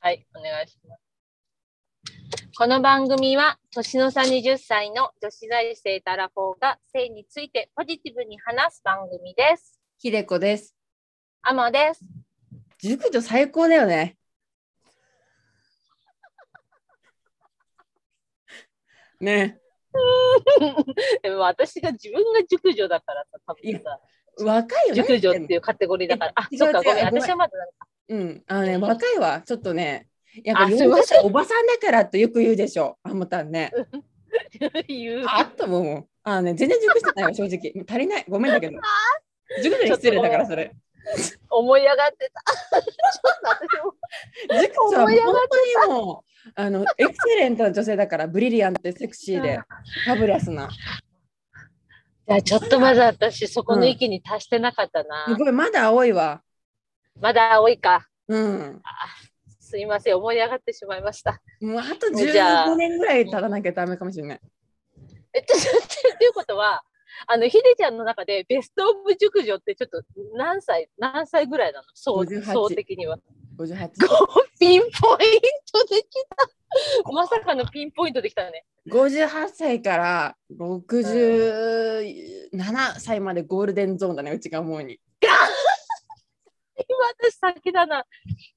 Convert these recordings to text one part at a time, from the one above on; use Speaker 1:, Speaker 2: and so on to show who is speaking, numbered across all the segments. Speaker 1: はい、お願いします。この番組は、年の差20歳の女子大生たらフォーが性についてポジティブに話す番組です。
Speaker 2: ひでこです。
Speaker 1: アマです。
Speaker 2: 熟女最高だよね。ね
Speaker 1: でも私が自分が熟女だからさ、多分
Speaker 2: いや
Speaker 1: さ、
Speaker 2: え、若いよね。
Speaker 1: 熟女っていうカテゴリーだから。あ、
Speaker 2: 違う
Speaker 1: そっか、
Speaker 2: 違う
Speaker 1: ごめん。
Speaker 2: ごめん
Speaker 1: 私はまだなんか、
Speaker 2: うん、あのね、若いわ、ちょっとね。やっ
Speaker 1: あ
Speaker 2: ぱ
Speaker 1: すい
Speaker 2: 40
Speaker 1: ません
Speaker 2: 歳おばさんだからってよく言うでしょ、あんまたんね。
Speaker 1: 言う。
Speaker 2: あっと思うもん。あのね、全然熟してないわ、正直。もう足りない、ごめんだけど。熟女に失礼だから、それ。
Speaker 1: 思い上がってた。ちょっと私も。
Speaker 2: 熟女
Speaker 1: 思い上
Speaker 2: は
Speaker 1: がっ
Speaker 2: 本当にもう、あの、エクセレントな女性だから、ブリリアンってセクシーで、ファブラス
Speaker 1: い
Speaker 2: な。
Speaker 1: や、ちょっとまだ私、そこの域に達してなかったな。
Speaker 2: すごい、まだ青いわ。
Speaker 1: まだ多いか。
Speaker 2: うん。
Speaker 1: すいません、思い上がってしまいました。
Speaker 2: もうあと
Speaker 1: じゃあ
Speaker 2: 15年ぐらい経たなきゃダメかもしれない。
Speaker 1: えっと、ちょっとっていうことは、あの、ひでちゃんの中でベストオブ熟女ってちょっと何歳、何歳ぐらいなのそう、
Speaker 2: 58
Speaker 1: そう的には。
Speaker 2: 58
Speaker 1: ごピンポイントできた。まさかのピンポイントできたね。
Speaker 2: 58歳から67歳までゴールデンゾーンだね、うちが思うに。
Speaker 1: 今私先だな。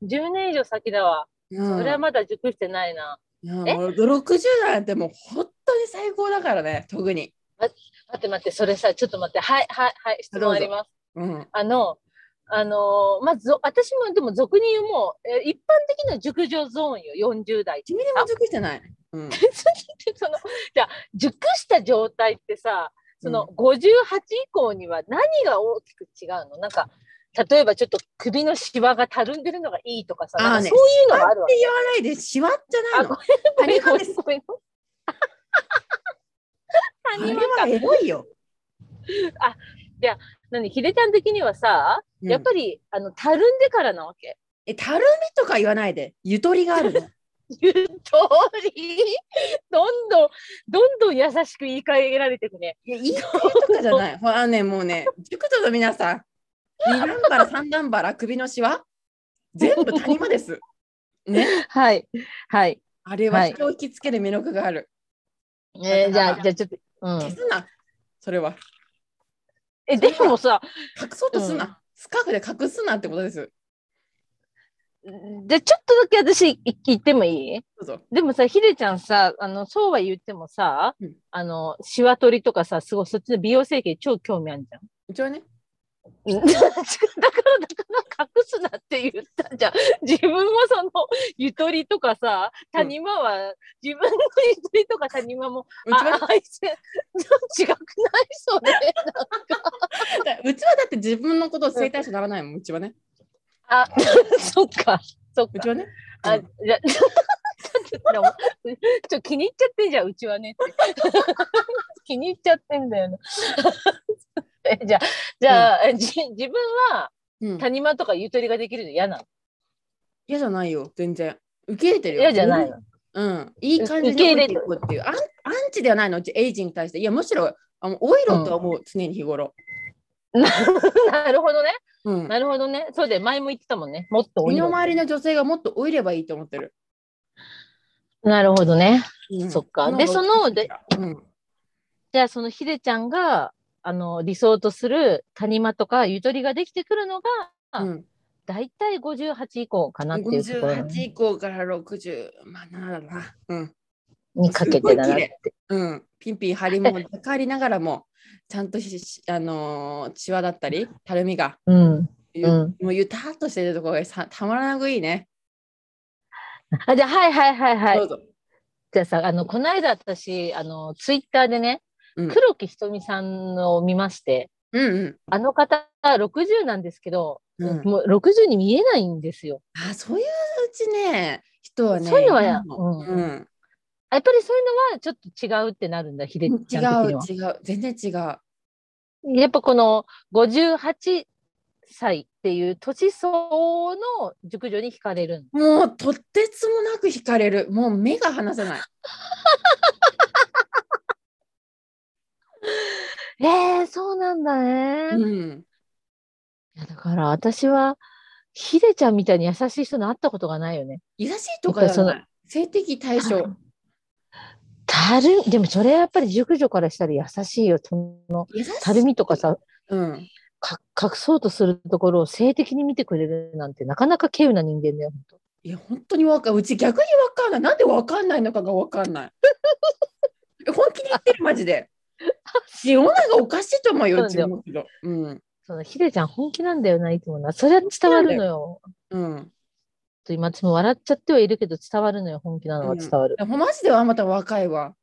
Speaker 1: 10年以上先だわ。
Speaker 2: うん、
Speaker 1: それはまだ熟してないな。
Speaker 2: いや
Speaker 1: え
Speaker 2: もう60代なんてもう本当に最高だからね、特に。
Speaker 1: 待って待って、それさ、ちょっと待って。はい、はい、はい、質問あります。
Speaker 2: うん、
Speaker 1: あの、あのーまあ、ぞ私もでも俗に言うもう、えー一般的な熟女ゾーンよ、40代って。
Speaker 2: 君でも熟してない。 うん、
Speaker 1: そのじゃあ熟した状態ってさその58以降には何が大きく違うのなんか例えばちょっと首のシワがたるんでるのがいいとかさ
Speaker 2: あー
Speaker 1: なんか
Speaker 2: ね
Speaker 1: そういうのがある
Speaker 2: っ
Speaker 1: わ
Speaker 2: て
Speaker 1: け。
Speaker 2: 言わないで、シワじゃないの。
Speaker 1: ごめんご
Speaker 2: 谷間
Speaker 1: め
Speaker 2: で す
Speaker 1: んごめん。
Speaker 2: あ
Speaker 1: 谷
Speaker 2: れ
Speaker 1: 間か
Speaker 2: はエロいよ。
Speaker 1: 何ひでちゃん的にはさ、
Speaker 2: うん
Speaker 1: やっぱりあのたるんでからなわけ。
Speaker 2: え、たるみとか言わないで、ゆとりがあるの。
Speaker 1: 言う通り どんどんどんどん優しく言い換えられてくね。
Speaker 2: いや、いい系とかじゃない。ほらね、もうね、塾女の皆さん、二段 腹、三段腹、首のシワ、全部谷間です。ね、
Speaker 1: はいはい。
Speaker 2: あれは人を引きつける魅力がある。
Speaker 1: えーじゃ
Speaker 2: だ
Speaker 1: あ
Speaker 2: から
Speaker 1: じゃあちょっと。うん、
Speaker 2: 消すな、それは。
Speaker 1: えでもさ
Speaker 2: 隠そうとすな、
Speaker 1: うん
Speaker 2: スカーフで隠すなってことです。
Speaker 1: じゃあちょっとだけ私言ってもいい
Speaker 2: どうぞ。
Speaker 1: でもさ、ひでちゃんさ、あの、そうは言ってもさ、
Speaker 2: うん
Speaker 1: あの、しわ取りとかさ、すごい、そっちの美容整形超興味あるじゃん。
Speaker 2: 一応ね、
Speaker 1: だから、だから隠すなって言ったじゃん。自分もその、ゆとりとかさ、谷間は、自分のゆとりとか谷間も、
Speaker 2: うちはね
Speaker 1: あ、あいつ、 違くないそれ。
Speaker 2: うちはだって自分のことを整体師にならないもん、うちはね。
Speaker 1: あ、そっか、そっ
Speaker 2: う
Speaker 1: か
Speaker 2: ち。はね。
Speaker 1: あ、
Speaker 2: う
Speaker 1: じ
Speaker 2: ん
Speaker 1: ゃ、 ちょっとでもちょっと気に入っちゃってんじゃん、うちはねって。 気に入っちゃってんだよな。 えじゃあ、じゃあ、えじ自分は
Speaker 2: うん
Speaker 1: 谷間とかゆとりができるの嫌なの
Speaker 2: 嫌じゃないよ、全然。受け入れてるよ。
Speaker 1: 嫌じゃないの。
Speaker 2: うん、いい感じ
Speaker 1: 受け入
Speaker 2: に降
Speaker 1: れ
Speaker 2: り
Speaker 1: る
Speaker 2: ていこうっていうアンアンチではないのうちエイジに対していやむしろあのオイロとは思う、常に日頃、
Speaker 1: なるほどね。
Speaker 2: うん、
Speaker 1: なるほどね。そうで、前も言ってたもんね。もっと多い
Speaker 2: 身
Speaker 1: の
Speaker 2: の回りの女性がもっと老いればいいと思ってる、
Speaker 1: なるほどね。
Speaker 2: うん
Speaker 1: そっかでそので、
Speaker 2: うん、
Speaker 1: じゃあ、そのひでちゃんが、あの、理想とする谷間とかゆとりができてくるのが、
Speaker 2: うん、
Speaker 1: だいたい58以降かなっていうところ
Speaker 2: 58以降から60まあならなうん、
Speaker 1: にかけてだな
Speaker 2: すごい綺
Speaker 1: って
Speaker 2: 麗。うん、ピンピン張りもかかりながらもちゃんとししあのー、シワだったりたるみが
Speaker 1: うん。
Speaker 2: ゆ,、
Speaker 1: うん。
Speaker 2: もうゆたっとしてるところがさたまらなくいいね、
Speaker 1: あじゃあはいはいはいはい
Speaker 2: どう。ぞ、
Speaker 1: じゃあさあのこの間私あのツイッターでね、
Speaker 2: うん
Speaker 1: 黒木ひとみさんのを見まして
Speaker 2: うんうん
Speaker 1: あの方60なんですけど、
Speaker 2: うん
Speaker 1: もう60に見えないんですよ。
Speaker 2: あそういううちね人はね
Speaker 1: そういうのはや
Speaker 2: るの
Speaker 1: うん
Speaker 2: うん
Speaker 1: やっぱりそういうのはちょっと違うってなるんだひで
Speaker 2: 違
Speaker 1: ちゃん的には。
Speaker 2: う違う全然違う
Speaker 1: やっぱこの58歳っていう年相応の熟女に惹かれるん
Speaker 2: もうとてつもなく惹かれるもう目が離せない
Speaker 1: えー、そうなんだね。
Speaker 2: うん
Speaker 1: いやだから私はひでちゃんみたいに優しい人に会ったことがないよね。
Speaker 2: 優しいとかじゃない性的対象
Speaker 1: たる、でもそれはやっぱり熟女からしたら優しいよ。その
Speaker 2: 優しい
Speaker 1: たるみとかさ、
Speaker 2: うん
Speaker 1: か隠そうとするところを性的に見てくれるなんてなかなか稀有な人間だよ。本
Speaker 2: いや本当にわかんうち逆にわかんないなんでわかんないのかがわかんない え本気に言ってるマジで世の中おかしいと思うようちのむしろうん
Speaker 1: 当そのひでちゃん本気なんだよな、いつもな。それは伝わるのよ。
Speaker 2: うん
Speaker 1: と今私も笑っちゃってはいるけど伝わるのよ、本気なのは伝わる。
Speaker 2: でもマジではあまた若いわ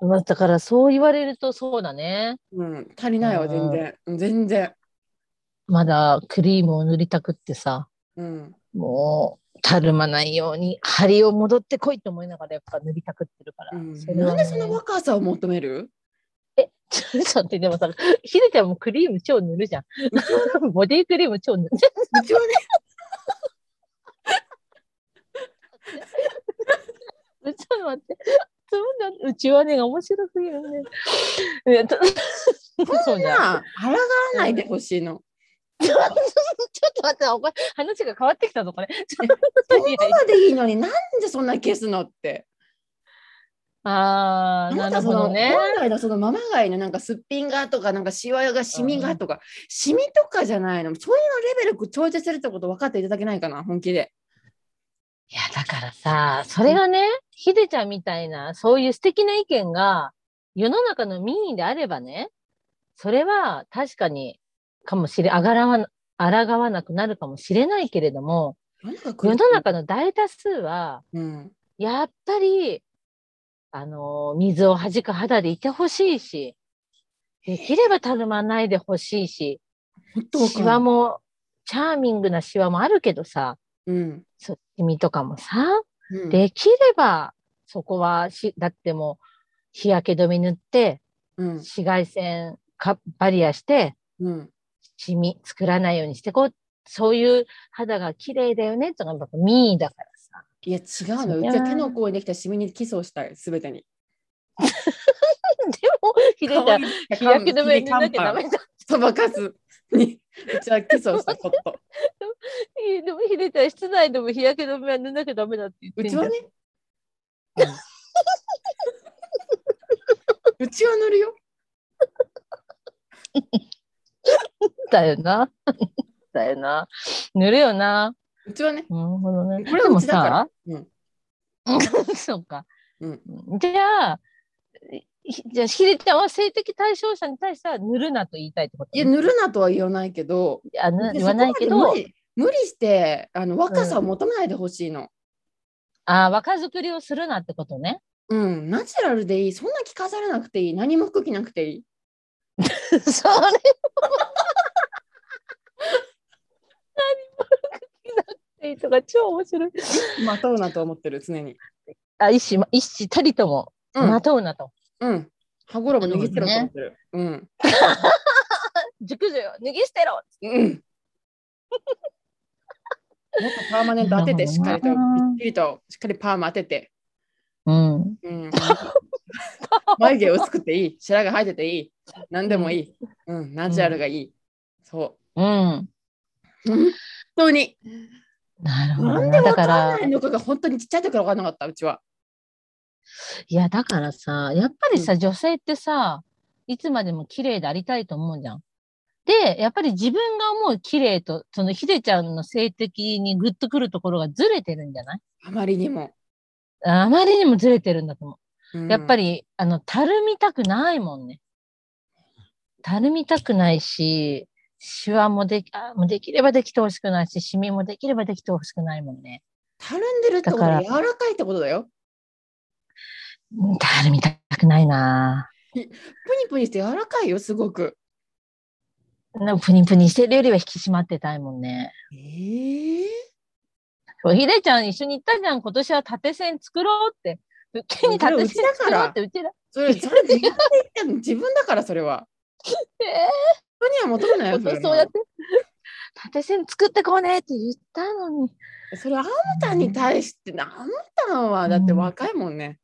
Speaker 1: まあだからそう言われるとそうだね。
Speaker 2: うん足りないわ全然うん全然
Speaker 1: まだクリームを塗りたくってさ、
Speaker 2: うん
Speaker 1: もうたるまないように、針を戻ってこいと思いながらやっぱ塗りたくってるから。
Speaker 2: うん
Speaker 1: れ
Speaker 2: な
Speaker 1: は
Speaker 2: ん
Speaker 1: ね
Speaker 2: でその若さを求め る
Speaker 1: え、ちょっと待って、でもさ、ひでちゃんもクリーム超塗る じゃん。ボディクリーム超塗る。
Speaker 2: うちはね
Speaker 1: ちょっと待って。そうなんうちはね、面白すぎるね。いやとそうじゃん。
Speaker 2: まあ抗がらないでほしいの
Speaker 1: ちょっと待って、お前話が変わってきたぞ、これ。ちょっと
Speaker 2: そこ
Speaker 1: いやいや
Speaker 2: までいいのになんでそんな消すのって
Speaker 1: あ
Speaker 2: あ
Speaker 1: ー、な
Speaker 2: なた
Speaker 1: る
Speaker 2: そ
Speaker 1: ほ
Speaker 2: の
Speaker 1: どね。
Speaker 2: 本来のそのママがいのなんかすっぴんがとかなんかシワがシミがとか、シミとかじゃないのそういうのレベル調整するってこと分かっていただけないかな本気で
Speaker 1: いや、だからさ、それがね、ひでちゃんみたいな、そういう素敵な意見が、世の中の民意であればね、それは確かに、かもしれ、あがらわな、あらがわなくなるかもしれないけれども、
Speaker 2: 世の中
Speaker 1: 世
Speaker 2: 来
Speaker 1: の
Speaker 2: る
Speaker 1: 中の大多数は、
Speaker 2: うん
Speaker 1: やっぱり、あのー水を弾く肌でいてほしいし、できればたるまないでほしいし、
Speaker 2: 本当分か
Speaker 1: シ
Speaker 2: んな
Speaker 1: ワ
Speaker 2: い
Speaker 1: も、チャーミングなシワもあるけどさ、
Speaker 2: うん
Speaker 1: そう、君とかもさ、
Speaker 2: うん
Speaker 1: できれば、そこはし、だってもう、日焼け止め塗って、
Speaker 2: うん
Speaker 1: 紫外線かバリアして、
Speaker 2: うん
Speaker 1: シミ作らないようにしてこう。そういう肌が綺麗だよね、とか、やっぱミーだからさ。
Speaker 2: いや違うのうちは手の甲にできたシミにキスをしたいすべてに
Speaker 1: でも、ひでちゃん、 日焼け止め塗らなきゃダメだ。
Speaker 2: そばかす にうちはキスをしたこと
Speaker 1: いいでもひでちゃん、室内でも日焼け止めは塗んなきゃダメだって言って
Speaker 2: うん
Speaker 1: じ
Speaker 2: ち
Speaker 1: ゃん
Speaker 2: はねうんうちは塗るよ
Speaker 1: だよな。 だよな。塗るよな。
Speaker 2: うちはね
Speaker 1: なるほどね。
Speaker 2: こ
Speaker 1: で
Speaker 2: れはう
Speaker 1: も
Speaker 2: ちだから
Speaker 1: さ、
Speaker 2: うん
Speaker 1: そうか。
Speaker 2: うん
Speaker 1: じゃあ、ひじゃあ、ひでちゃんは性的対象者に対しては塗るなと言いたいってこと
Speaker 2: いや塗るなとは言わないけど
Speaker 1: いやぬ
Speaker 2: で
Speaker 1: 言わないけ
Speaker 2: そこ
Speaker 1: ど
Speaker 2: ま、で無理無理してあの若さを求めないでほしいの、
Speaker 1: ああ、若作りをするなってこと ね。
Speaker 2: うんナチュラルでいいそんな着飾らなくていい何も服着な くていい
Speaker 1: それは。 何も服着なくていいとか超面白い。
Speaker 2: まとうなと思ってる常に
Speaker 1: あ、一糸ま一糸たりとも、
Speaker 2: うん、
Speaker 1: まとうなと。
Speaker 2: うん、歯衣脱ぎ捨てろと思ってる、
Speaker 1: 熟女よ、脱ぎ捨てろ
Speaker 2: うんうんもっとパーマネント当てて
Speaker 1: な
Speaker 2: し
Speaker 1: るほ
Speaker 2: っ
Speaker 1: ど
Speaker 2: か
Speaker 1: な
Speaker 2: りとびっちりとしっかりパーマ当てて、
Speaker 1: うん。
Speaker 2: うん、眉毛薄くていい白髪生えてていい何でもいい、うん、ナチュラルがいい、そう
Speaker 1: うん。
Speaker 2: 本当に
Speaker 1: なるほど
Speaker 2: なんで
Speaker 1: ね。だ
Speaker 2: わか
Speaker 1: か
Speaker 2: ん
Speaker 1: ら
Speaker 2: な、いのかが本当にちっちゃい時からわかんなかったうちは。
Speaker 1: いや、だからさ、やっぱりさ、女性ってさ、いつまでも綺麗でありたいと思うじゃん。で、やっぱり自分が思う綺麗と、そのひでちゃんの性的にグッとくるところがずれてるんじゃない
Speaker 2: あまりにも。
Speaker 1: あまりにもずれてるんだと思
Speaker 2: う
Speaker 1: う。
Speaker 2: ん
Speaker 1: やっぱ。り、あの、たるみたくないもんね。たるみたくないし、シワもでき、あもうできればできてほしくないし、シミもできればできてほしくないもんね。
Speaker 2: たるんでるってことは
Speaker 1: だ
Speaker 2: 柔らかいってことだよ。
Speaker 1: うんたるみたくないなぁ。
Speaker 2: プニプニして柔らかいよ、すごく。
Speaker 1: なんかプニプニしてるよりは引き締まってたいもんね。
Speaker 2: ええ
Speaker 1: ひでちゃん一緒に行ったじゃん、今年は縦線作ろうって。うちに縦線作ろうって、うちら。
Speaker 2: それ、それ自分で言ったの、自分だから、それは。
Speaker 1: え
Speaker 2: 人には求めない
Speaker 1: ー、
Speaker 2: よ、
Speaker 1: 今
Speaker 2: それ
Speaker 1: 年そうやっ
Speaker 2: も。
Speaker 1: て。縦線作ってこうねって言ったのに。
Speaker 2: それ、あなたに対して、あなたはだって若いもんね。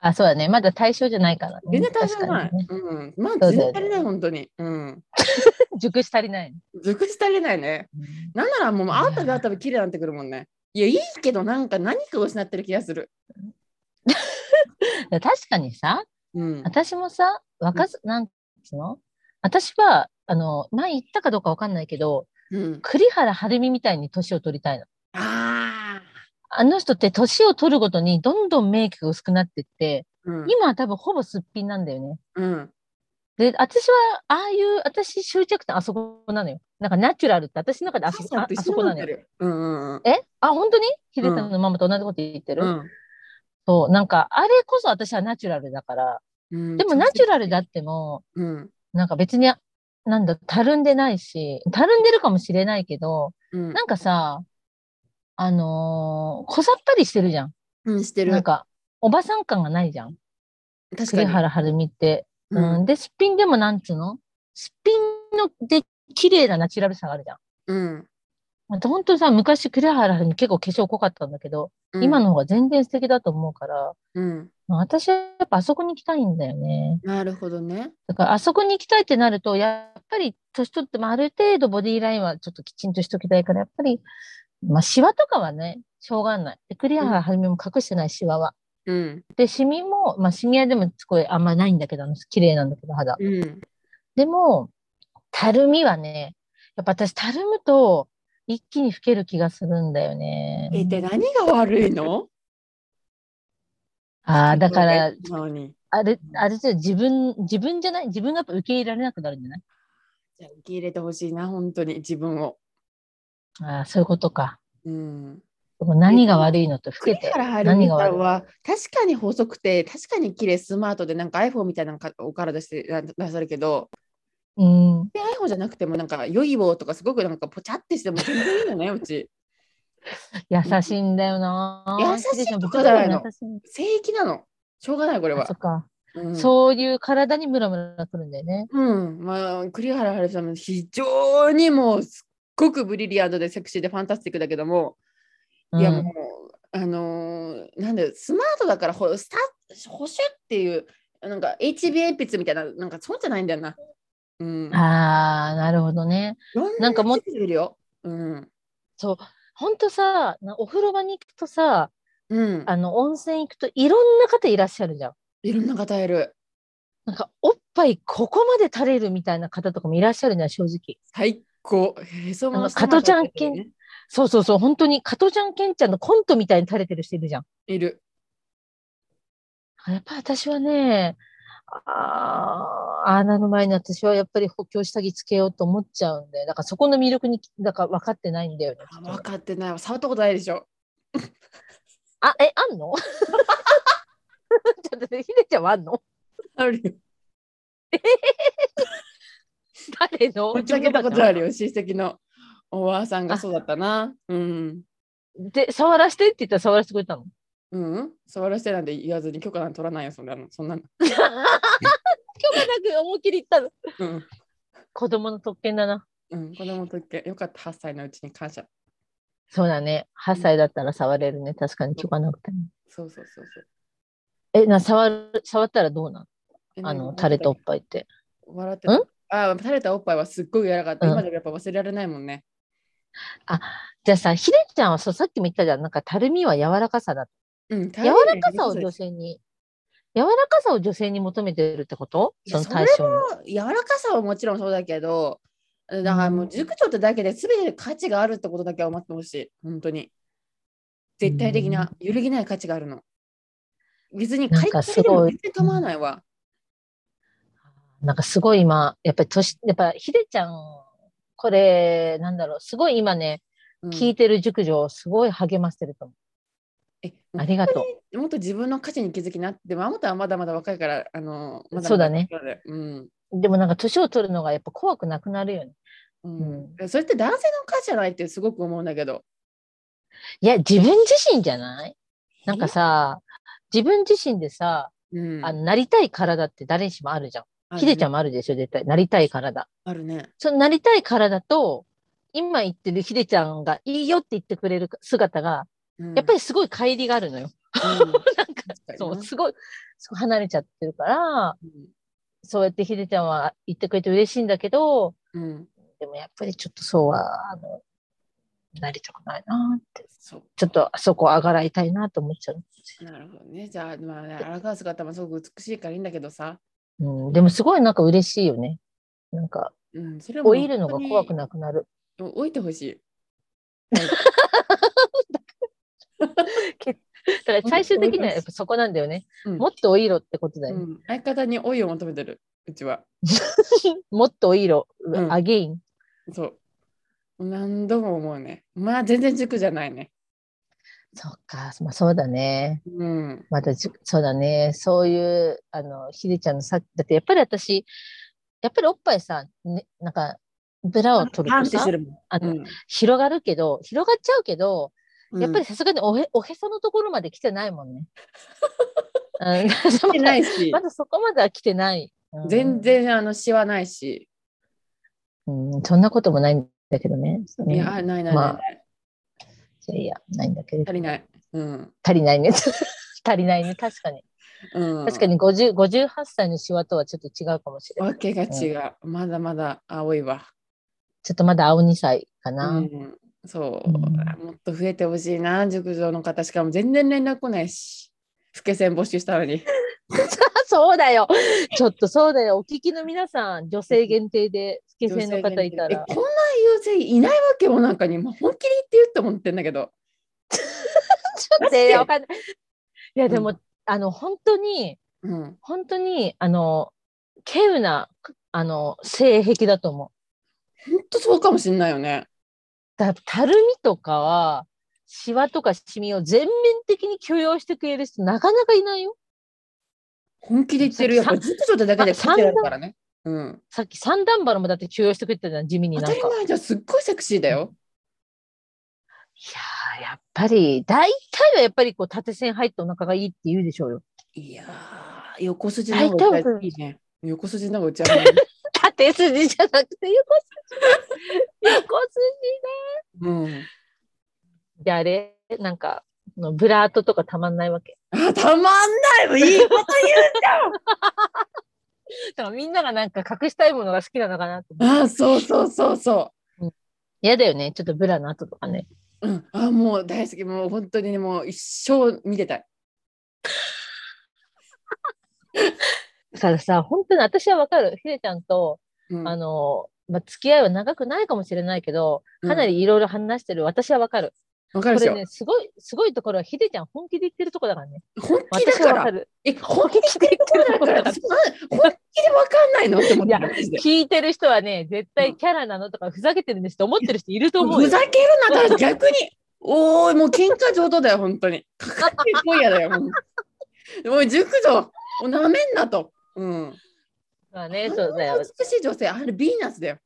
Speaker 1: あ、そうだね。まだ対象じゃないからね。
Speaker 2: 全然大丈夫な
Speaker 1: 確
Speaker 2: い
Speaker 1: かにね。
Speaker 2: うん。まあ、
Speaker 1: そうだよね
Speaker 2: 全然足りない、本当に。うん。
Speaker 1: 熟し足りない。
Speaker 2: 熟し足りないね。なんならもう、あったべあったべ綺麗になってくるもんね。いや、いいけど、なんか何かを失ってる気がする。
Speaker 1: 確かにさ、
Speaker 2: うん。
Speaker 1: 私もさ、若す、なんつうの私は、あの、前言ったかどうかわかんないけど、
Speaker 2: うん、
Speaker 1: 栗原はるみみたいに年を取りたいの。
Speaker 2: ああ。
Speaker 1: あの人って年を取るごとにどんどんメイクが薄くなってって、
Speaker 2: うん。
Speaker 1: 今は多分ほぼすっぴんなんだよね。
Speaker 2: うん。
Speaker 1: で、私は、ああいう、私執着点あそこなのよ。なんかナチュラルって私の中であそ
Speaker 2: 母
Speaker 1: こ
Speaker 2: さん
Speaker 1: あ
Speaker 2: と
Speaker 1: あ
Speaker 2: 一
Speaker 1: そ
Speaker 2: 緒
Speaker 1: こ
Speaker 2: にな
Speaker 1: な
Speaker 2: っ
Speaker 1: の
Speaker 2: て
Speaker 1: よ。
Speaker 2: る。うんうんうん。
Speaker 1: えあ、本当にヒデさんのママと同じこと言ってる、そう、なんかあれこそ私はナチュラルだから、
Speaker 2: うん。
Speaker 1: でもナチュラルだっても、
Speaker 2: うん。
Speaker 1: なんか別に、なんだ、たるんでないし、たるんでるかもしれないけど、
Speaker 2: うん。
Speaker 1: なんかさ、あのー、小さっぱりしてるじゃん。
Speaker 2: うん、してる。
Speaker 1: なんか、おばさん感がないじゃん。
Speaker 2: 確か
Speaker 1: 栗
Speaker 2: に。
Speaker 1: 原はるみって。
Speaker 2: う
Speaker 1: うんん、で、すっぴんでもなんつうのすっぴんので綺麗なナチュラルさがあるじゃん。
Speaker 2: うん。
Speaker 1: あと本当にさ、昔栗原はるみ結構化粧濃かったんだけど、
Speaker 2: うん
Speaker 1: 今。の方が全然素敵だと思うから、
Speaker 2: うん。
Speaker 1: まあ私はやっぱあそこに行きたいんだよね。
Speaker 2: なるほどね。
Speaker 1: だからあそこに行きたいってなると、やっぱり年取って、まあ、ある程度ボディラインはちょっときちんとしときたいから、やっぱり、まあ、シワとかはね、しょうがない。で栗原はるみも隠してないシワは。
Speaker 2: うん。
Speaker 1: で、シミも、まあ、シミはでもすごいあんまないんだけど、あの綺麗なんだけど、肌。
Speaker 2: うん。
Speaker 1: でも、たるみはね、やっぱ私、たるむと一気に老ける気がするんだよね。
Speaker 2: え、で、何が悪いの
Speaker 1: ああ、だから、
Speaker 2: 素直に。
Speaker 1: あれ、あれじゃ自分、自分じゃない自分がやっぱ受け入れられなくなるんじゃない
Speaker 2: じゃあ受け入れてほしいな、本当に自分を。
Speaker 1: ああ、そういうことか。
Speaker 2: うん。
Speaker 1: でも何が悪いのと老け
Speaker 2: 栗
Speaker 1: て。
Speaker 2: 原はるみ
Speaker 1: 何が
Speaker 2: さん
Speaker 1: 悪い
Speaker 2: は確かに細くて確かに綺麗スマートでなんか iPhone みたいなのかお体してらっしゃるけど
Speaker 1: うん。
Speaker 2: で iPhone じゃなくてもなんかヨイボーとかすごくなんかポチャってしても全然いい よねうち
Speaker 1: 優しいんだよな。
Speaker 2: 優しいとかじゃないの
Speaker 1: 優しいんだ
Speaker 2: 正義なのしょうがないこれ
Speaker 1: あ
Speaker 2: は
Speaker 1: そっか、
Speaker 2: うん
Speaker 1: そういう体にムラムラくるんだよね。
Speaker 2: うん、まあ、栗原はるみさんも非常にもうすっごくブリリアントでセクシーでファンタスティックだけども、いや
Speaker 1: うん
Speaker 2: もう、あのーなんだよ、スマートだからほスタ、保守っていう、なんか HB 鉛筆みたいな、なんかそうじゃないんだよな。うん、
Speaker 1: ああ、なるほどね。
Speaker 2: いろん
Speaker 1: なんかもっ
Speaker 2: 人いるよ。うん。
Speaker 1: ほんとさ、なお風呂場に行くとさ、
Speaker 2: うん。
Speaker 1: あの、温泉行くといろんな方いらっしゃるじゃん。
Speaker 2: いろんな方いる。
Speaker 1: なんか、おっぱいここまで垂れるみたいな方とかもいらっしゃるじゃん、正直。
Speaker 2: 最高。へそも
Speaker 1: あの
Speaker 2: 下まで
Speaker 1: 加トちゃん系そうそうそう、本当に、加トちゃん、ケンちゃんのコントみたいに垂れてる人いるじゃん。
Speaker 2: いる。
Speaker 1: あやっぱ私はね、あー穴の前に私はやっぱり補強下着つけようと思っちゃうんで、だからそこの魅力に、だから分かってないんだよね。
Speaker 2: あ分かってないわ。触ったことないでしょ。
Speaker 1: あ、え、あんの ちょっとね、ひでちゃんはあんの
Speaker 2: あるよ。
Speaker 1: 誰の
Speaker 2: 持ち上げたことあるよ。親戚のおばあさんがそうだったな。うん。
Speaker 1: で、触らせてって言ったら触らせてくれた の。
Speaker 2: うん、触らせてなんて言わずに許可なんて取らないよ、そんなの。そんなの。
Speaker 1: 今日がなく思いっきり言ったの。
Speaker 2: うん、
Speaker 1: 子供の特権だな。
Speaker 2: うん、子供とっけ、よかった、8歳のうちに感謝。
Speaker 1: そうだね。8歳だったら触れるね。確かに許可なくても。
Speaker 2: そうそうそうそう。
Speaker 1: え、な、触る、触ったらどうな
Speaker 2: え
Speaker 1: のあの
Speaker 2: なん、か
Speaker 1: 垂れたおっぱいって。
Speaker 2: 笑って
Speaker 1: ん
Speaker 2: た。ああ、垂れたおっぱいはすっごい柔らかかった。
Speaker 1: うん
Speaker 2: 今でもやっぱ忘れられないもんね。
Speaker 1: じゃあさ、ひでちゃんはそう、さっきも言ったじゃん。なんか、たるみは柔らかさだ。
Speaker 2: うん、
Speaker 1: 柔
Speaker 2: 柔
Speaker 1: らかさを女性に、柔らかさを女性に求めてるってこと
Speaker 2: い
Speaker 1: そ
Speaker 2: や
Speaker 1: の対象に。
Speaker 2: 柔らかさはもちろんそうだけど、だからも
Speaker 1: う
Speaker 2: うん塾長ってだけで全て価値があるってことだけは思ってほしい。本当に。絶対的な、揺るぎない価値があるの。別に
Speaker 1: なん
Speaker 2: 借り
Speaker 1: か
Speaker 2: てくれても
Speaker 1: すごい
Speaker 2: 全然構わないわ。
Speaker 1: なんかすごい今、やっぱり年、やっぱひでちゃん、これ、なんだろう、すごい今ね、
Speaker 2: うん
Speaker 1: 聞いてる熟女をすごい励ましてると思
Speaker 2: え
Speaker 1: う。ありがとう。
Speaker 2: もっと自分の価値に気づきなって、まもたはまだまだ若いから、あの、まま
Speaker 1: そうだね
Speaker 2: 若いからうん。
Speaker 1: でもなんか年を取るのがやっぱ怖くなくなるよね。
Speaker 2: うんそれって男性の価値じゃないってすごく思うんだけど。
Speaker 1: いや、自分自身じゃないなんかさ、自分自身でさ、
Speaker 2: うん、
Speaker 1: あのなりたい体って誰しもあるじゃん。ひでちゃん
Speaker 2: ん
Speaker 1: もあるでしょ、絶対。なりたい体。
Speaker 2: あるね。
Speaker 1: そのなりたい体と、今言ってるひでちゃんがいいよって言ってくれる姿が、
Speaker 2: うん
Speaker 1: やっぱりすごい乖離があるのよ。 そうすごいすごい離れちゃってるからそうやってひでちゃんは言ってくれて嬉しいんだけど
Speaker 2: うんうん
Speaker 1: でもやっぱりちょっとそうはあのなりたくないなって
Speaker 2: そう
Speaker 1: ちょっとあそこ上がらいたいなと思っちゃう、
Speaker 2: なるほどねじゃあまあねがう姿もすごく美しいからいいんだけどさ
Speaker 1: うん、でもすごいなんか嬉しいよねなんか
Speaker 2: うんそれはもう
Speaker 1: 老いるのが怖くなくなる
Speaker 2: 本当に老いてほ しい
Speaker 1: だから最終的にはやっぱそこなんだよね、
Speaker 2: うん
Speaker 1: もっと老いろってことだよ
Speaker 2: う
Speaker 1: ね、
Speaker 2: ん相方に老いを求めてるうちは
Speaker 1: もっと老いろ、
Speaker 2: うん
Speaker 1: アゲイン
Speaker 2: そう何度も思うねまあ全然塾じゃないね
Speaker 1: そっか、まあ、そうだね。
Speaker 2: うん
Speaker 1: またじ、そうだね。そういう、あの、ひでちゃんのさ、だってやっぱり私、やっぱりおっぱいさ、ね、なんか、ブラを取
Speaker 2: パン
Speaker 1: る
Speaker 2: っ
Speaker 1: と
Speaker 2: てし
Speaker 1: さ
Speaker 2: て、るもん
Speaker 1: あの
Speaker 2: うん
Speaker 1: 広がるけど、広がっちゃうけど、
Speaker 2: うん
Speaker 1: やっぱりさすがにおへおへそのところまで来てないも んね。うん、
Speaker 2: 来てないし
Speaker 1: まだそこまでは来てない。うん
Speaker 2: 全、然あのしはないし、
Speaker 1: うん。そんなこともないんだけどね。うん
Speaker 2: いやないないない、
Speaker 1: まあいやいや、ないんだけど。
Speaker 2: 足りない。うん、
Speaker 1: 足りないね。 足りないね。確かに。
Speaker 2: うん、
Speaker 1: 確かに50 58歳のシワとはちょっと違うかもしれない。
Speaker 2: わけが違う、まだまだ青いわ、
Speaker 1: ちょっとまだ青2歳か
Speaker 2: う
Speaker 1: な。
Speaker 2: ん、そう、
Speaker 1: うん
Speaker 2: もっと増えてほしいな熟女の方しかも全然連絡来ないし老け線募集したのに
Speaker 1: そうだよ。ちょっとそうだよ。お聞きの皆さん、女性限定で、不
Speaker 2: 老
Speaker 1: 景性の方いたら。
Speaker 2: こんな優勢いないわけよなんかに、まあ、本気で言ってると思ってんだけど
Speaker 1: ちょっと、いや、わかんない。いや、でも、
Speaker 2: う
Speaker 1: あの、本当に、
Speaker 2: うん
Speaker 1: 本当に、あの、稀有な、あの、性癖だと思う。
Speaker 2: 本当そうかもしんないよね
Speaker 1: だたるみとかは、シワとかシミを全面的に許容してくれる人、なかなかいないよ。
Speaker 2: 本気で言ってるやっぱ
Speaker 1: さ
Speaker 2: 熟女ってだけで勝てるからねうん
Speaker 1: さっき三段バラもだって許容してくれてたじゃん、地味に
Speaker 2: 当
Speaker 1: な
Speaker 2: た
Speaker 1: ん
Speaker 2: り
Speaker 1: か。
Speaker 2: 前じゃんすっごいセクシーだよ
Speaker 1: いやーやっぱり、大体はやっぱりこう縦線入ってお腹がいいって言うでしょうよ。
Speaker 2: いやー横筋の方が
Speaker 1: 大体わかる
Speaker 2: いいね横筋の方がうち はもう
Speaker 1: 縦筋じゃなくて横筋。横筋
Speaker 2: うん、
Speaker 1: であれ、なんか、のブラートとかたまんないわけ。
Speaker 2: あたまんないいいこと
Speaker 1: だからみんながなんか隠したいものが好きなのかなと思う。
Speaker 2: 言うあそうそうそうそ
Speaker 1: 嫌だよね、ちょっとブラの後とかね。
Speaker 2: う、うん、あもう大好きもう本当にねもう一生見てたい
Speaker 1: だからさ、本当に私はわかる。ひでちゃんと、
Speaker 2: うん
Speaker 1: あの、まあ、付き合いは長くないかもしれないけど、
Speaker 2: うん
Speaker 1: かなりいろいろ話してる。私はわかる。
Speaker 2: わか
Speaker 1: こ
Speaker 2: るでし
Speaker 1: れ
Speaker 2: ょ、
Speaker 1: ね、すごい、すごいところは、ひでちゃん本気で言ってるとこだからね。
Speaker 2: 本気だ
Speaker 1: 私
Speaker 2: か
Speaker 1: はわからる。
Speaker 2: え本気で言ってるからだからそんな本気でわかんないのって思ってマジで
Speaker 1: 聞いてる人はね、絶対キャラなのとか、ふざけてるんですって思ってる人いると思う
Speaker 2: ふ
Speaker 1: よ。
Speaker 2: ざけるなから逆におーいもう喧嘩上等だよ本当 にかかってこいやだよもうもう熟女もうなめんなとうん
Speaker 1: まあね、そうだ
Speaker 2: あん
Speaker 1: よ
Speaker 2: な。美しい女性あれヴィーナスだよ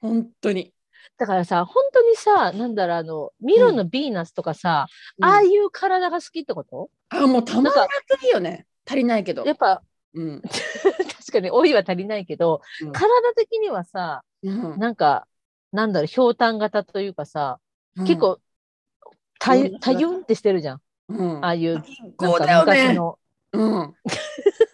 Speaker 2: 本当に、
Speaker 1: だからさ、本当にさ、なんだろう、あの、ミロのヴィーナスとかさ、
Speaker 2: うん
Speaker 1: ああいう体が好きってこと
Speaker 2: あもうたまんな
Speaker 1: なん
Speaker 2: くいいよね足りないけど
Speaker 1: やっぱ、
Speaker 2: うん
Speaker 1: 確かに多いは足りないけど、
Speaker 2: うん
Speaker 1: 体的にはさ、
Speaker 2: うん
Speaker 1: なんか、なんだろう、ひょうたん型というかさ、結構、た
Speaker 2: うん
Speaker 1: ゆ、たゆんってしてるじゃん。
Speaker 2: うん、
Speaker 1: ああいう、なん
Speaker 2: こうだ
Speaker 1: か
Speaker 2: よ
Speaker 1: 昔
Speaker 2: ね。
Speaker 1: の。
Speaker 2: うん。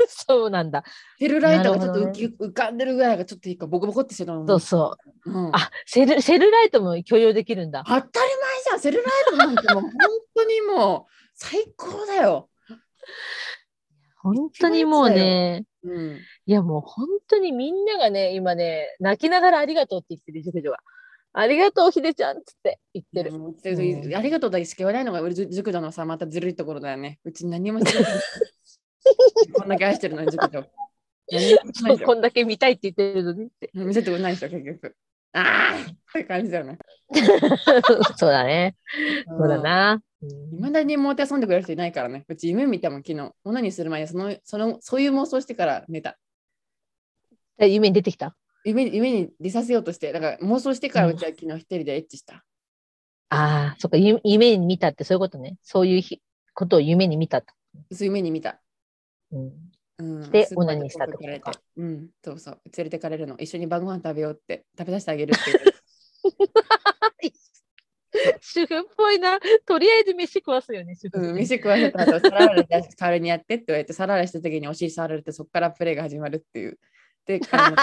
Speaker 1: そうなんだ。
Speaker 2: セルライトがちょっ
Speaker 1: なる
Speaker 2: と浮
Speaker 1: ほど
Speaker 2: き、浮かんでるぐらいがちょっといいかボコボコってしてるの。
Speaker 1: そうそう。
Speaker 2: うん
Speaker 1: あ、セル、セルライトも許容できるんだ。
Speaker 2: 当たり前じゃん。セルライトなんてもう本当にもう最高だよ。
Speaker 1: 本当にもうね、
Speaker 2: うん。
Speaker 1: いやもう本当にみんながね、今ね、泣きながらありがとうって言ってる、熟女が。ありがとう、ひでちゃんっつって言ってる。
Speaker 2: もうでありがとうだけしか言わないのが俺塾女のさまたずるいところだよね。うち何もしてない。 こんだけ愛してるのに塾女。何もしてないんだ
Speaker 1: こ
Speaker 2: よ
Speaker 1: んだけ見たいって言ってるのに って。
Speaker 2: 見せてこないでしょ結局。ああって感じだよね。
Speaker 1: そうだね。
Speaker 2: そ
Speaker 1: そうだな。
Speaker 2: いまだにもて遊んでくれる人いないからね。うち夢見たもん昨日。女にする前にそのそのそういう妄想してから寝た。
Speaker 1: え夢に出てきた
Speaker 2: 夢に夢に出させようとして、だから妄想してからうちは昨日一人でエッチした。
Speaker 1: ああ、そっか、ゆ夢に見たってそういうことね。そういうひことを夢に見たと。
Speaker 2: そういう夢に見た。
Speaker 1: うん、
Speaker 2: うん、
Speaker 1: で
Speaker 2: スーパー
Speaker 1: オナニーしたってことか
Speaker 2: 連れてうん、そうそう。連れ てかれるの。一緒に晩ご飯食べようって。食べさせてあげるって言って。
Speaker 1: 主婦っぽいな。とりあえず飯食わすよね、主婦。
Speaker 2: うん、飯食わせた後、皿洗い代わりにやってって言われて、皿洗いした時にお尻触られて、そこからプレーが始まるっていう。で、あの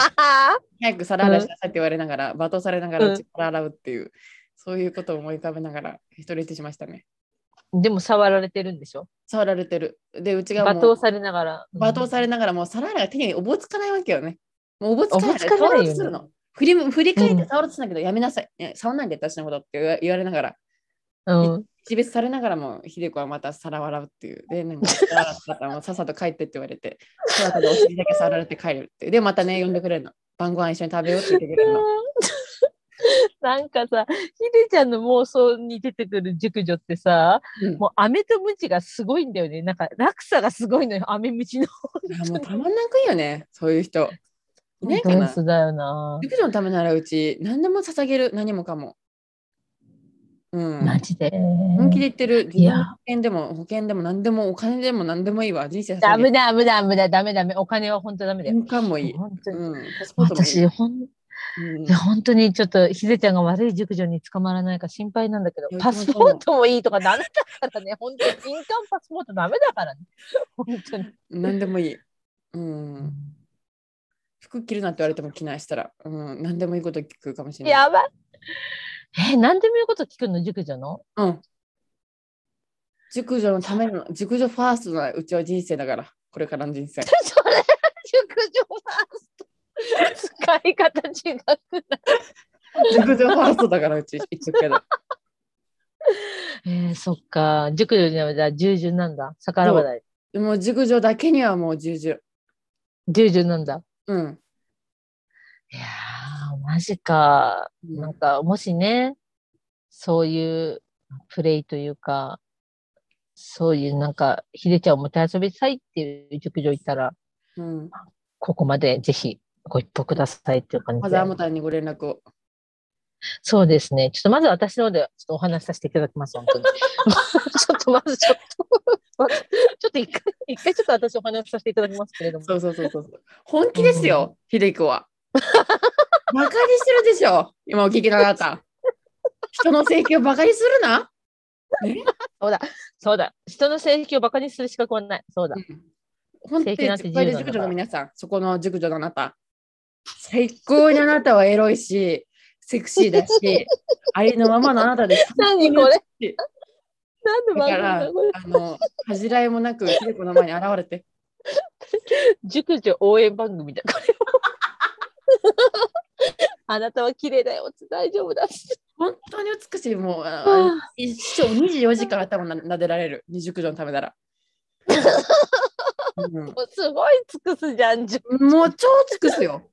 Speaker 2: 早く皿洗いしなさいって言われながら、罵倒されなが
Speaker 1: う
Speaker 2: ら、
Speaker 1: ん
Speaker 2: 力洗うっていう、そういうことを思い浮かべながら、一人でしましたね。
Speaker 1: でも触られてるんでしょ
Speaker 2: 触られてる。で、うちが
Speaker 1: 罵
Speaker 2: もう
Speaker 1: 倒されながら。
Speaker 2: 罵倒
Speaker 1: れ
Speaker 2: されながら、もう皿洗いが手におぼつかないわけよね。もうおぼつかない。
Speaker 1: おぼつかないよね
Speaker 2: 触ろうとするの。振り振り返っ
Speaker 1: うん
Speaker 2: て触ろうとするんだけど、やめなさい。いや触んないで、私のことって言わ言われながら。
Speaker 1: うん。
Speaker 2: 一別されながらも、秀子はまた皿を洗うっていう。で、なんか、 皿洗ったからもうさっさと帰ってって言われて、ただただお尻だけ触られて帰るっていう。で、またね、呼んでくれるの。晩ご飯一緒に食べようって言ってくれるの。
Speaker 1: なんかさ、ひでちゃんの妄想に出てくる熟女ってさ、
Speaker 2: うん
Speaker 1: もう飴とムチがすごいんだよね。なんか落差がすごいのよ、飴ムチの。
Speaker 2: あもうたまんなくいいよね、そういう人。いないか
Speaker 1: ダ
Speaker 2: な
Speaker 1: ンスだよな。
Speaker 2: 陸上のためならうち、何でも捧げる、何もかも。うん。
Speaker 1: マジで。
Speaker 2: 本気で言ってる。自
Speaker 1: いや
Speaker 2: 分の保険でも、保険でも何でも、お金でも何でもいいわ。人生
Speaker 1: ダ
Speaker 2: 捧げ
Speaker 1: メ
Speaker 2: る。
Speaker 1: だ、ダメだ、ダメだ、ダメだ、ダメ。お金は本当ダメだよ。
Speaker 2: 印鑑もいい。
Speaker 1: 本当に。
Speaker 2: うん。パスポートもいい。
Speaker 1: 私、ほん、
Speaker 2: うん
Speaker 1: いや本当にちょっとひでちゃんが悪い熟女に捕まらないか心配なんだけど
Speaker 2: いや
Speaker 1: パスポートもいいとかダメだからね本当に印鑑パスポートダメだからね本当に
Speaker 2: 何でもいい。うん。服着るなって言われても着ないしたら、うん、何でもいいこと聞くかもしれない。
Speaker 1: やばいえ何でも言うこと聞くの熟女の
Speaker 2: うん。熟女のための、熟女ファーストなうちは人生だから、これからの人生。
Speaker 1: それは熟女ファースト使い方違くない、
Speaker 2: 熟女ファーストだからうち言っとくけど。
Speaker 1: えー、そっか熟女じゃなくて従順なんだ逆らわない
Speaker 2: でも熟女だけにはもう従順。
Speaker 1: 従順なんだ
Speaker 2: うん。
Speaker 1: いやーマジか
Speaker 2: う
Speaker 1: なん
Speaker 2: ん、
Speaker 1: か、もしね、そういうプレイというか、そういうなんか、ひでちゃんをもてあそびたいっていう塾上行ったら、
Speaker 2: うん。
Speaker 1: ここまでぜひご一歩くださいっていう感
Speaker 2: ま
Speaker 1: じ
Speaker 2: ずあ
Speaker 1: で。
Speaker 2: もたにご連絡を。
Speaker 1: そうですね。ちょっとまず私の方でちょっとお話しさせていただきます、本 当に。ちょっとまずちょっと、ちょっと一回、一回ちょっと私お話しさせていただきますけれども。
Speaker 2: そうそうそうそう。本気ですよ、秀子は。バカにしてるでしょ、今お聞きのあなた。人の請求バカにするな。
Speaker 1: そうだ。人の性癖をバカにする資格はない。そうだ。
Speaker 2: 本当に
Speaker 1: 請求なんて
Speaker 2: いっぱいで
Speaker 1: 自由なんだか
Speaker 2: 熟女
Speaker 1: ら
Speaker 2: の皆さん、そこの熟女のあなた。最高にあなたはエロいし、セクシーだ し、ありのままのあなたです。
Speaker 1: 何これ 何の
Speaker 2: だ
Speaker 1: 番組
Speaker 2: か
Speaker 1: だ
Speaker 2: ら
Speaker 1: これ、
Speaker 2: あの、恥じらいもなく、秀子の前に現れて、
Speaker 1: 熟女応援番組だこれはあなたは綺麗だよ大丈夫だし
Speaker 2: 本当に美しい、もう、あの
Speaker 1: あ
Speaker 2: 一生24時間頭な撫でられる、二熟女のためな ら。うん
Speaker 1: ーすごい尽くすじゃん 自分
Speaker 2: もう超尽くすよ。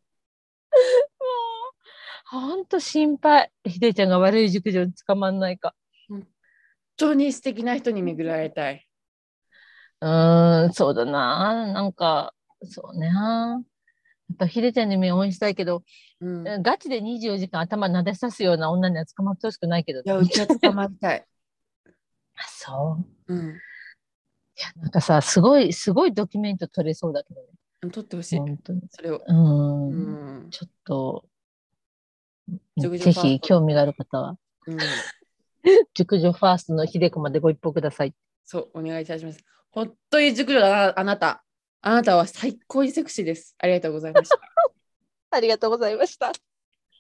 Speaker 1: ほんと心配ひでちゃんが悪い熟女に捕まんないか
Speaker 2: 本当に素敵な人に巡られたい。
Speaker 1: うーんそうだななんかそうねやっぱひでちゃんの夢応援したいけど、
Speaker 2: うん、い
Speaker 1: ガチで24時間頭撫でさすような女には捕まってほしくないけどね、
Speaker 2: や、うちは捕まりた い。
Speaker 1: あそう
Speaker 2: うん、
Speaker 1: いやなんかさすごいすごいドキュメント撮れそうだけどね
Speaker 2: 取ってほしい。
Speaker 1: 本当に
Speaker 2: それを。う
Speaker 1: うん
Speaker 2: ん。
Speaker 1: ちょっと、
Speaker 2: 熟女
Speaker 1: ぜ
Speaker 2: ファース
Speaker 1: ひ
Speaker 2: ト
Speaker 1: 興味がある方は、
Speaker 2: うん、
Speaker 1: 熟女ファーストのひでこまでご一報ください。
Speaker 2: そう、お願いいたします。本当に熟女だな、あなた。あなたは最高にセクシーです。ありがとうございました。
Speaker 1: ありがとうございました。